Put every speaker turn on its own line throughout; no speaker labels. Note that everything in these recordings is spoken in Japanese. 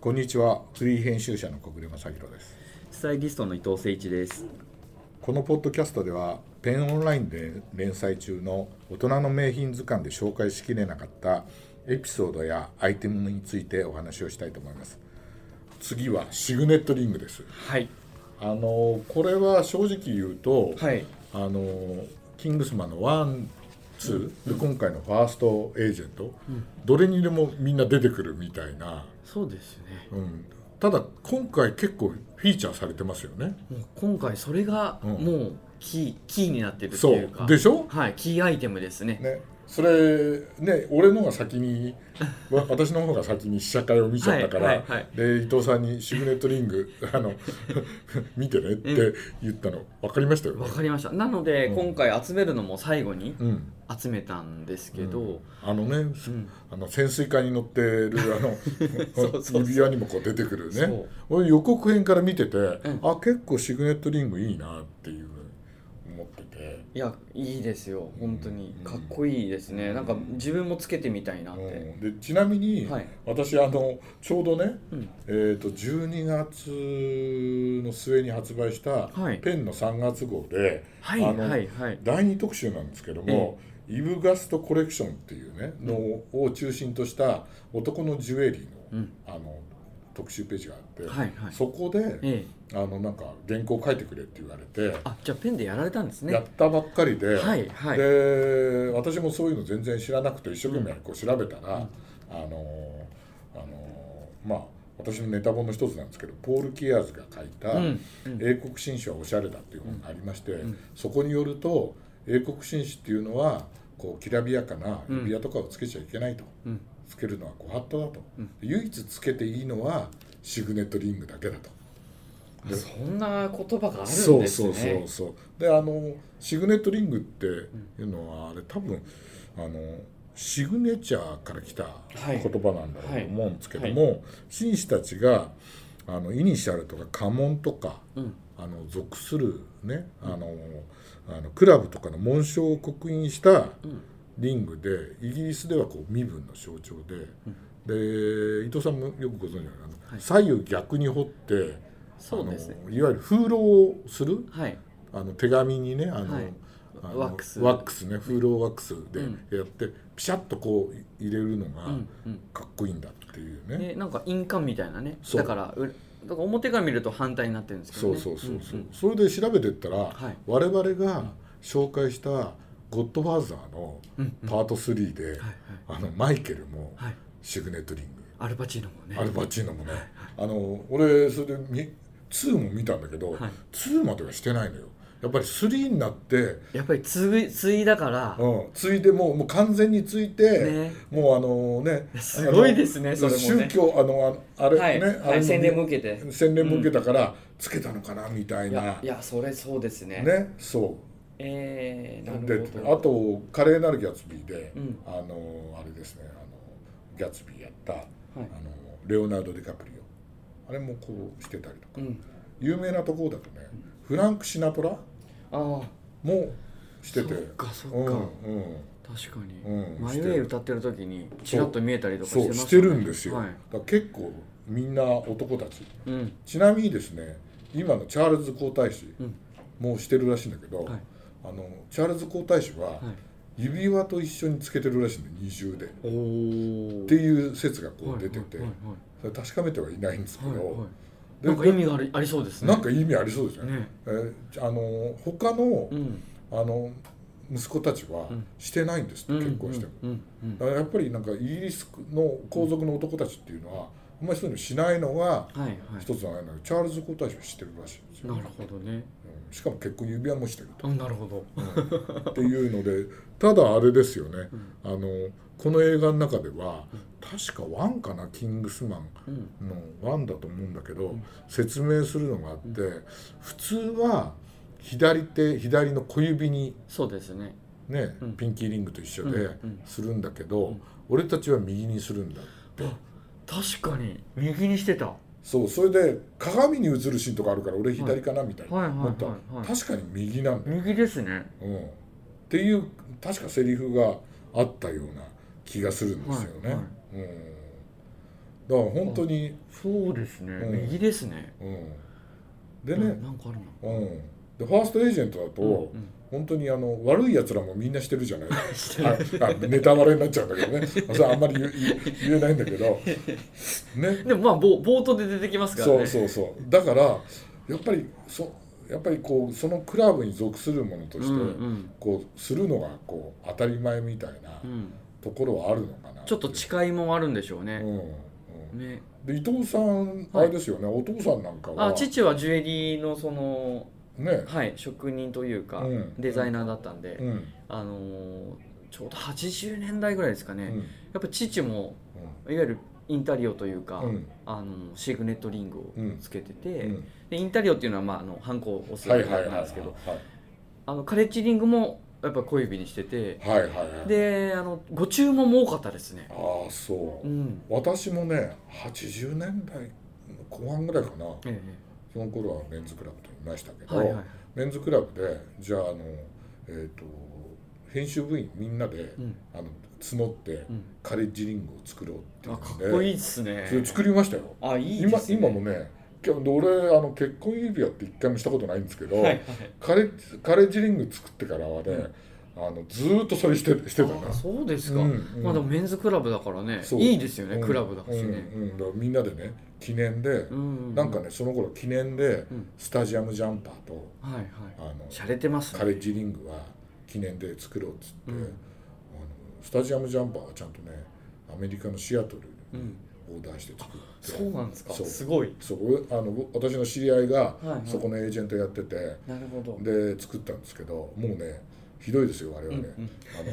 こんにちは、ツリー編集者の小暮正弘です。
スタイリストの伊藤誠一です。
このポッドキャストでは、ペンオンラインで連載中の大人の名品図鑑で紹介しきれなかったエピソードやアイテムについてお話をしたいと思います。次はシグネットリングです。
はい。
あのこれは正直言うと、
はい。
あのキングスマンのワン、ツーで今回のファーストエージェント、どれにでもみんな出てくるみたいな、
そうですね。
うん、ただ今回結構フィーチャーされてますよね。
もう今回それが
うん
もうキー、キーになってるって
そ
いううか。
でしょ、
はい。キーアイテムですね。
ね、それね俺のが先にわ私の方が先に試写会を見ちゃったから、
はいはいはい
で伊藤さんに「シグネットリング あの見てね」って言ったの分かりましたよね
わ、。かりました。なので、
うん
今回集めるのも最後に
うん
集めたんですけど、
うんあのね、す
うん
あの潜水艦に乗ってる あの
そうそう
指輪にもこう出てくる
そ
ね
う
俺予告編から見てて、
ん
あ結構シグネットリングいいなっていう思ってて、
いやいいですよ本当に
うん
かっこいいですね、なんか自分もつけてみたいな
う
って、
ん、でちなみに、
はい
私あのちょうどね
うん
えー、と12月の末に発売した
はい
ペンの3月号で、
はい
あの
はいはい
第2特集なんですけども、イブガストコレクションっていうねのを中心とした男のジュエリー
う
の,、
ん
あの特集ページがあって、
はいはい
そこで
ええ
あのなんか原稿書いてくれって言われて、
あじゃあペンでやられたんですね
やったばっかりで、
はいはい
で私もそういうの全然知らなくて一生懸命こう調べたら、あのーあのーまあ私のネタ本の一つなんですけどポール・キアーズが書いた
うんう
「
ん
英国紳士はおしゃれだ」っていう本がありまして、そこによると英国紳士っていうのはこうきらびやかな指輪とかをつけちゃいけないと、
うん
つけるのはご法度だと、
うん
唯一つけていいのはシグネットリングだけだと。
あそんな言葉があるんです
そ
ね
うそうそうそうであのシグネットリングっていうのはあれ多分あのシグネチャーから来た
い
言葉なんだろうと思うんですけども、紳士たちがあのイニシャルとか家紋とか
うん
あの属するねあの、あのクラブとかの紋章を刻印した
うん
リングでイギリスではこう身分の象徴で、で伊藤さんもよくご存知のようにあ
は
の
い
左右逆に掘って
そうですね
あのいわゆる風浪をする
はい
あの手紙にねあの、
はい
あの
ワックス
ワックスね風浪ワックスで
うん
やって、ピシャッとこう入れるの
う
が
んうん
かっこいいんだっていうね、
ね、なんか印鑑みたいなね
そう
だからうだから表から見ると反対になってるんですけ
そ
ど、
う
ね、
そうそうそう、
んん
それで調べてったら、
はい
我々が紹介した「ゴッドファーザー」の
うんうん
パート3で、
はい
あのマイケルも
はいはい
シグネットリング
アルパチーノもね
アルバチーノもね、あの俺それでみ2も見たんだけど、
はい
2まではしてないのよやっぱり3になって、
やっぱりついついだから、
うん、ついでもうもう完全について、
ね
もうあのね
すごいですね
あの
それも
宗
ね
教あのああれ、
はい、
ね、あ
は
れ
い、
も
宣伝も受けて
洗礼も受けたから、つけたのかなみたい
いや
ない
やそれそうですね
ねそ
え
う
ー、な
で
るほど
あと「華麗なるギャツビーで」
うん
あのあれですねあのギャツビーやった、あの
はい
レオナルド・ディカプリオあれもこうしてたりとか、
うん
有名なところだとねフランク・シナトラ
ああ
もしてて
そっかそっか、
うんうん
確かに、
うん
マイウェイ歌ってる時にちらっと見えたりとかして
そ
ま
う
す
してるんですよ、
はい
だから結構みんな男たち
うん
ちなみにですね今のチャールズ皇太子
うん
もうしてるらしいんだけど、
はい
あのチャールズ皇太子は
はい
指輪と一緒につけてるらしいんで二重でっ
おおって
いう説がこう出てて、
はい
それ確かめてはいないんですけど、
はいはいはいはい
で
なんか意味がありありそうですね
なんか意味ありそうですよね
ね
えーあの他の
うん
あの息子たちは
うん
してないんですって、結婚しても、
うんうん
だからやっぱりなんかイギリスの皇族の男たちっていうのはあんまりそういうのしないのが
うんはいはい
一つのあれなのでチャールズ皇太子はしてるらしいんですよ、
なるほどね
うんしかも結婚指輪もしてる
あなるほど
とっていうのでただあれですよね、あのこの映画の中では確かワンかなキングスマン
うん
のワンだと思うんだけど、説明するのがあって、普通は左手左の小指に
そうですね
ね、
うん
ピンキーリングと一緒で
うんうん
するんだけど、俺たちは右にするんだって、
確かに右にしてたは
そうそれで鏡に映るシーンとかあるから俺左かなみたい
い
な、
はい
思ったら
はいはい
確かに右なんだよ、
右ですね
うん、っていう確かセリフがあったような気がするんですよね。
はいは
うんだから本当に、
そうですね、
うん
右ですね
うん、で
な
ね、
なんかあるな
うん、でファーストエージェントだと、
うん
本当にあの悪いやつらもみんなしてるじゃない
して
あ
る
あネタバレになっちゃうんだけどねそれはあんまり言う言う言えないんだけ どね
でもま あ冒冒頭で出てきますから
そ
ね
うそうそうだからやっぱりそやっぱりこうそのクラブに属するものとして、
うんうん
こうするのがこう当たり前みたいな
うん、
ところはあるのかな
ちょっと誓いもあるんでしょう
う
ね、
ん、うん、
ね
で伊藤さんあ
はい
れですよね、お父さんなんかは
あ父はジュエリーのその
ね
はい職人というか、
うん
デザイナーだったんで、
うんうん
あのーちょうど80年代ぐらいですかね、
う
や
ん
っぱ父もいわゆるインタリオというか、
うん
あのシグネットリングをつけてて、
うん
でインタリオっていうのは、まあ、あのハンコを押す
は
や
い
つ
はいはいはい
な
は
ん
い
ですけどあのカレッジリングもやっぱ小指にしてて
はいはいはい
であのご注文も多かったですね
ああそう
うん
私もね80年代後半ぐらいかな
え
その頃はメンズクラブといましたけ
え
ど、
はいはい
メンズクラブでじゃああの、えー、と編集部員みんなで
うん
あの募って
うん
カレッジリングを作ろうっていう
あ
ので
かっこいいっすね
それ作りましたよ
あいい
今
ですね
今もねけど俺あの結婚指輪って一回もしたことないんですけど、
はいはい
カレッカレッジリング作ってからはね、あのずーっとそれしてしてたな
あそうですか、
うんうん
まあでもメンズクラブだからね
そう
いいですよね、
うん
クラブだからね、
うんうん、だからみんなでね記念で、
うんうんう
なんかねその頃記念で
うん
スタジアムジャンパーと
はいはい
あの
洒落てますね
カレッジリングは記念で作ろうっつって、
う
あ
ん
のスタジアムジャンパーはちゃんとねアメリカのシアト
う
ルに
ん
オーダーして作って、
そうなんですか
そう
すごい
そうあの私の知り合いが
いはい
そこのエージェントやってて、
なるほど
で作ったんですけどもうねひどいですよ我々、
うんうん
あの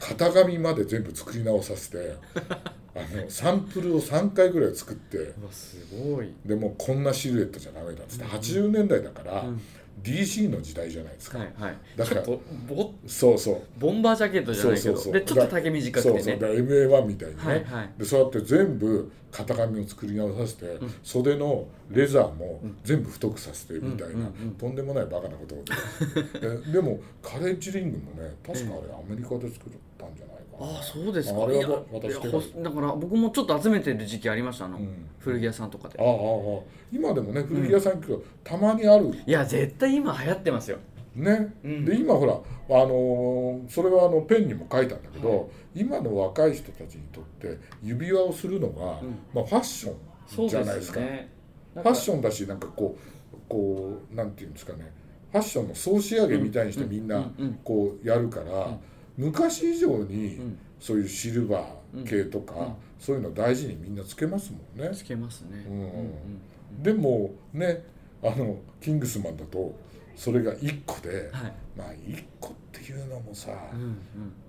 型紙まで全部作り直させ てあのサンプルを3回ぐらい作って
うわすごい、
でもうこんなシルエットじゃダメだっつって80年代だから、
うん
DC の時代じゃないですか、
はいはい
だから
ちょっとぼ
そうそう
ボンバージャケットじゃないけ
そ
ど
うそうそう
でちょっと丈短くて
そう
ね
そうだから MA1 みたいにね、
はいはい
でそうやって全部型紙を作り直させて、袖のレザーも全部太くさせてみたいな、
うんうんうん
とんでもないバカなことを ででもカレッジリングもね確かあれアメリカで作ったんじゃないかな
ああそうですか
あ
い
れ
や
は私
いや
手
ほ
が
だから僕もちょっと集めてる時期ありましたあの、
ん
古着屋さんとかで
ああああああ今でもね古着屋さん行くとたまにある
いや絶対今流行ってますよ
ね、
うん
で今ほら、あのーそれはあのペンにも書いたんだけど、今の若い人たちにとって指輪をするのが、
うん
まあ、ファッショ
そ
ン
う
じゃ
で
ないですす
よ
か
ね
ファッシ
ョン
ョンだしなんかこうこうなんていうんですかねファッションの総仕上げみたいにしてみん
うん
な
うん
こうやるから、昔以上に
うん
そういうシルバー系とか、
うんうん
そういうの大事にみんなつけますもんね。
つけますね、
うんでもねあのキングスマンだとそれが1個で。
はい
まあ一個っていうのもさ、
うんうん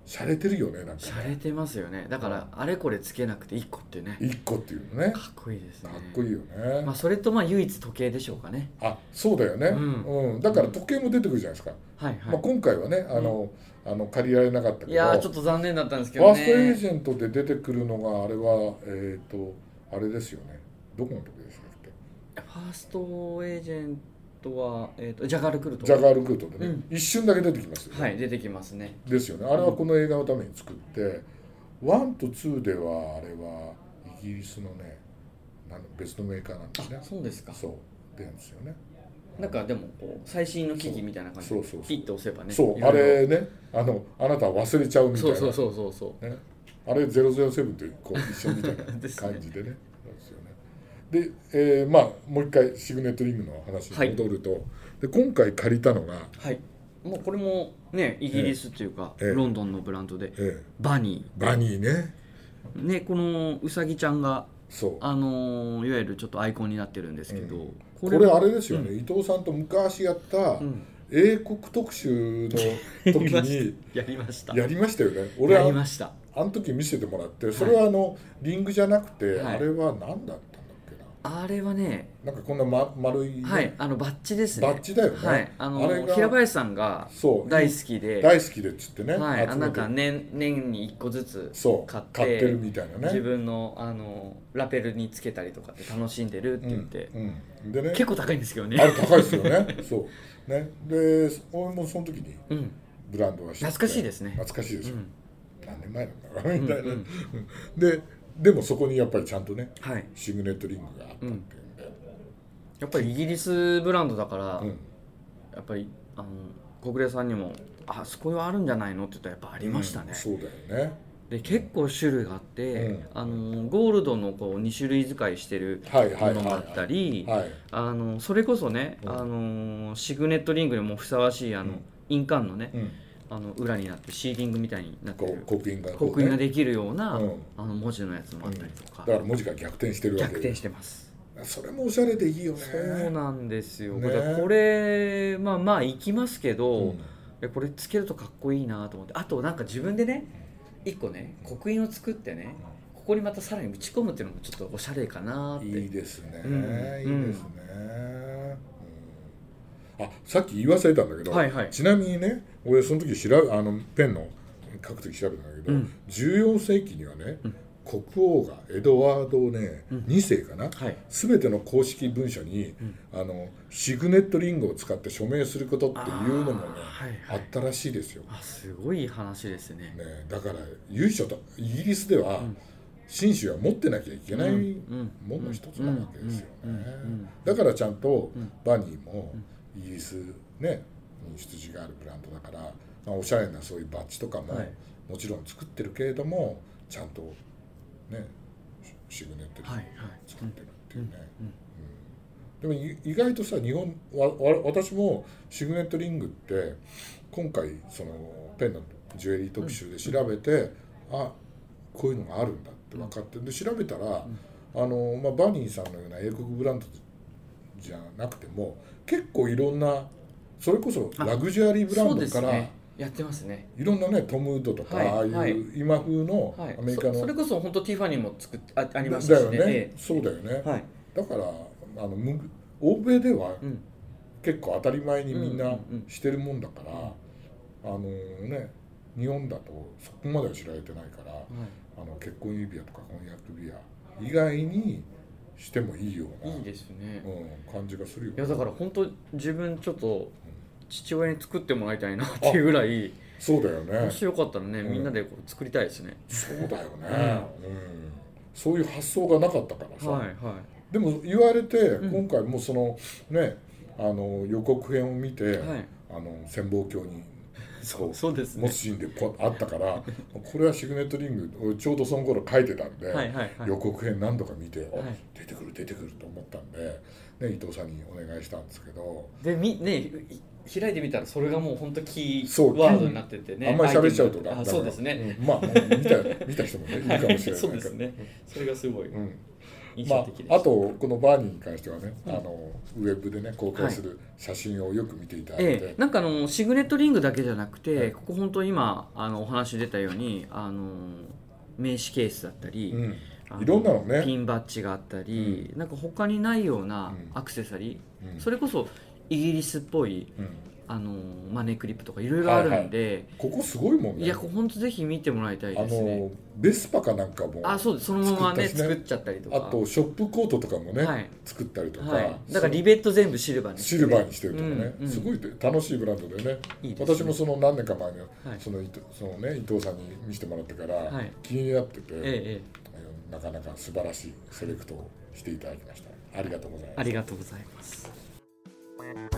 洒落てるよねなんか
洒落てますよねだからあれこれつけなくて一個ってね
一個っていうのね
かっこいいです
か
ね
っこいいよね。
まあそれとまあ唯一時計でしょうかね
あ、そうだよね、
うん
うん。だから時計も出てくるじゃないですか。
はいはい、
まあ今回はね、あの、あの借りられなかったけど、
いやーちょっと残念だったんですけ
ファ
ど
ーストエー
ね
ジェントで出てくるのがあれはえっ、とあれですよね。どこの時計でしたっけ？
ファーストエージェントは、えー、とジャガルクルト
ジャガールクートでね、
うん
一瞬だけ出てきますよね、
はい出てきますね
ですよね。あれはこの映画のために作って、ワンとツーではあれはイギリスのね、なん別のメーカーなんですね
あ。そうですか
そう出るんですよね。
なんかでもこう最新の機器みたいな感じ
そ
で
うそうそう
ピッて押せばね
そう
ろ
あ
いろ
れねあのあなたは忘れちゃうみたい
そ
な
うそうそうそうそう
ね、あれ007とこう一緒みたいな
ですね
感じでねそうですよねで、えーまあもう一回シグネットリングの話に戻ると、で今回借りたのが、
はいもうこれもねイギリスというか、
ええ
ロンドンのブランドで、
え
バニ
ーバニーね
ーねこのうさぎちゃんが
そう
あのーいわゆるちょっとアイコンになってるんですけど、
うん
こ
こ
れ
れあれですよね、伊藤さんと昔やった
うん
英国特集の時に
やりましたや
やりましたよね
りました
俺
やり
は
ました
あの時見せてもらってそれはあの、リングじゃなくて、
はい
あれは何だったんだっけな
あれはね
なんかこんな、ま、丸いね、
はいあのバッチですね
バッジだよね
はいあの
あれが
平林さんが
そう
大好きで
大好きでっつってね、
はい、あ
集め
なん
て
か年年に1個ずつ
そう
買
買
っ
っててるみたいな
自
ね
分のあのラペルにつけたりとかって楽しんでるって言って、
うんうん、でね
結構高いんですけど
あ
ね、
れ高いですよねそうねで俺もその時に
うん、
ブランドは知って
懐かしいですね
懐かしいで
う
しょ、
ん
何年前なんだろうみたいな、
うんうん
ででもそこにやっぱりちゃんとね
はい
シグネットリングがあったっていうんで、
やっぱりイギリスブランドだから、
うん
やっぱりあの小暮さんにも「あそこはあるんじゃないの?」って言ったらやっぱありましたね、
うんそうだよね
で結構種類があって、
うん
あのゴールドのこう2種類使いしてる
はいは
も
いは
の
い
もあったり、
はい
あのそれこそね、
うん
あのシグネットリングにもふさわしいあの、
うん
印鑑のね、
うん
あの裏になってシーリングみたいになって
こう
る
刻印がこうね
刻印ができるような、
うん
あの文字のやつもあったりとか、
だから文字が逆転してるわけ
逆転してます、
それもおしゃれでいいよね
そうなんですよ、
ね
だからこれまあまあいきますけど、
うん
でこれつけるとかっこいいなと思ってあとなんか自分でね一個ね刻印を作ってねここにまたさらに打ち込むっていうのもちょっとおしゃれかなって
いいですね、
うん
いいですね、うんあさっき言い忘れたんだけど、
はいはい
ちなみにね俺その時調べあのペンの書く時調べたんだけど、
うん
14世紀にはね、
うん
国王がエドワードをね、
うん
2世かな
はい
全ての公式文書に、あのシグネットリングを使って署名することっていうのもね
あーはい
あ,、
は
っ
い
たらしいですよ、ね、
あすごい話ですね
だから由緒とイギリスでは、
ん
紳士は持ってなきゃいけない、
うんうん
もの一つなわけですよ
うんうんうん
ね。だからちゃんと
うん
バニーもイギリスねに出自があるブランドだから、まあ、おしゃれなそういうバッジとかも
はい
もちろん作ってるけれどもちゃんとねシシグネットで
はいはい
作ってるっていうね。
うん
でもい意外とさ日本わわ私もシグネットリングって今回そのペンのジュエリー特集で調べて、あこういうのがあるんだって分かってで調べたら、あのまあ、バニーさんのような英国ブランドじゃなくても結構いろんなそれこそラグジュアリーブラ
そ
ン
うで
ド
す
から、
ねやってますね
いろんなねトム・ウッドとか、
はい
ああい
はいう
今風の
はい
アメリカの、
そそれこそ本当ティファニーも作ってあありま
だ
した
だ
し
よ
ね
ね、
え
そうだよね、
えはい
だからあのむ欧米では
うん
結構当たり前にみん
うん
な
うんうん
してるもんだから、あのね日本だとそこまでは知られてないから、あの結婚指輪とか婚約指輪以外にしてもいいよう
は
ない
いいいですね
うん、感じがするよ、
いやだから本当自分ちょっと父親に作ってもらいたいなっていうぐらい
そうだよね
もしよかったらね
うん
みんなでこう作りたいですね
そうだよね、うんそういう発想がなかったからさ、
はいはい
でも言われて、
ん
今回もそのねあの予告編を見て、
はい
あの潜望鏡に
そうそうです
持
ね
つシーンでこうあったからこれはシグネットリング俺ちょうどその頃書いてたんで、
はいはいはい
予告編何度か見て、あ
はい
出てくる出てくると思ったんで、ね、伊藤さんにお願いしたんですけど、
でみねい開いてみたらそれがもう本当キ
そ
ー
う
ワードになっててね
あんまり喋っちゃうと
ア
か
イテムになってあそうですね、、
だからうんまあ見た見た人も ねいいかもしれないけど
そうですねそれがすごい
うん
印
ま
象的です、
あ、あとこのバーニーに関してはね、あのウェブでね公開する写真をよく見ていただいて、
ええ、なんかあのシグネットリングだけじゃなくて、
はい
ここ本当今あのお話出たようにあの名刺ケースだったり、
うん
あの
いろんなのね
ピンバッジがあったり、なんか他にないようなアクセサリー、
うん
それこそイギリスっぽい
うん
あのマネークリップとかいろいろあるんで、
ここすごいもん
い
ね
やこれ本当ぜひ見てもらいたい
あ
ですね
のベスパかなんかも
あそうですそのままね
作
作
ったしね
っちゃったりとか
あとショップコートとかもね、
はい
作ったりとか、
はい、だからリベット全部シルバーにして
シルバーにしてるとかね、
うんうん
すごい楽しいブランドでね
いいですね
私もその何年か前に、
はい
その伊藤その、ね、伊藤さんに見せてもらってから、
はい
気になってて、
えええ
うんなかなか素晴らしいセレクトをしていただきましたありがとうござい
え
ま
あ
す
りがとうございます
「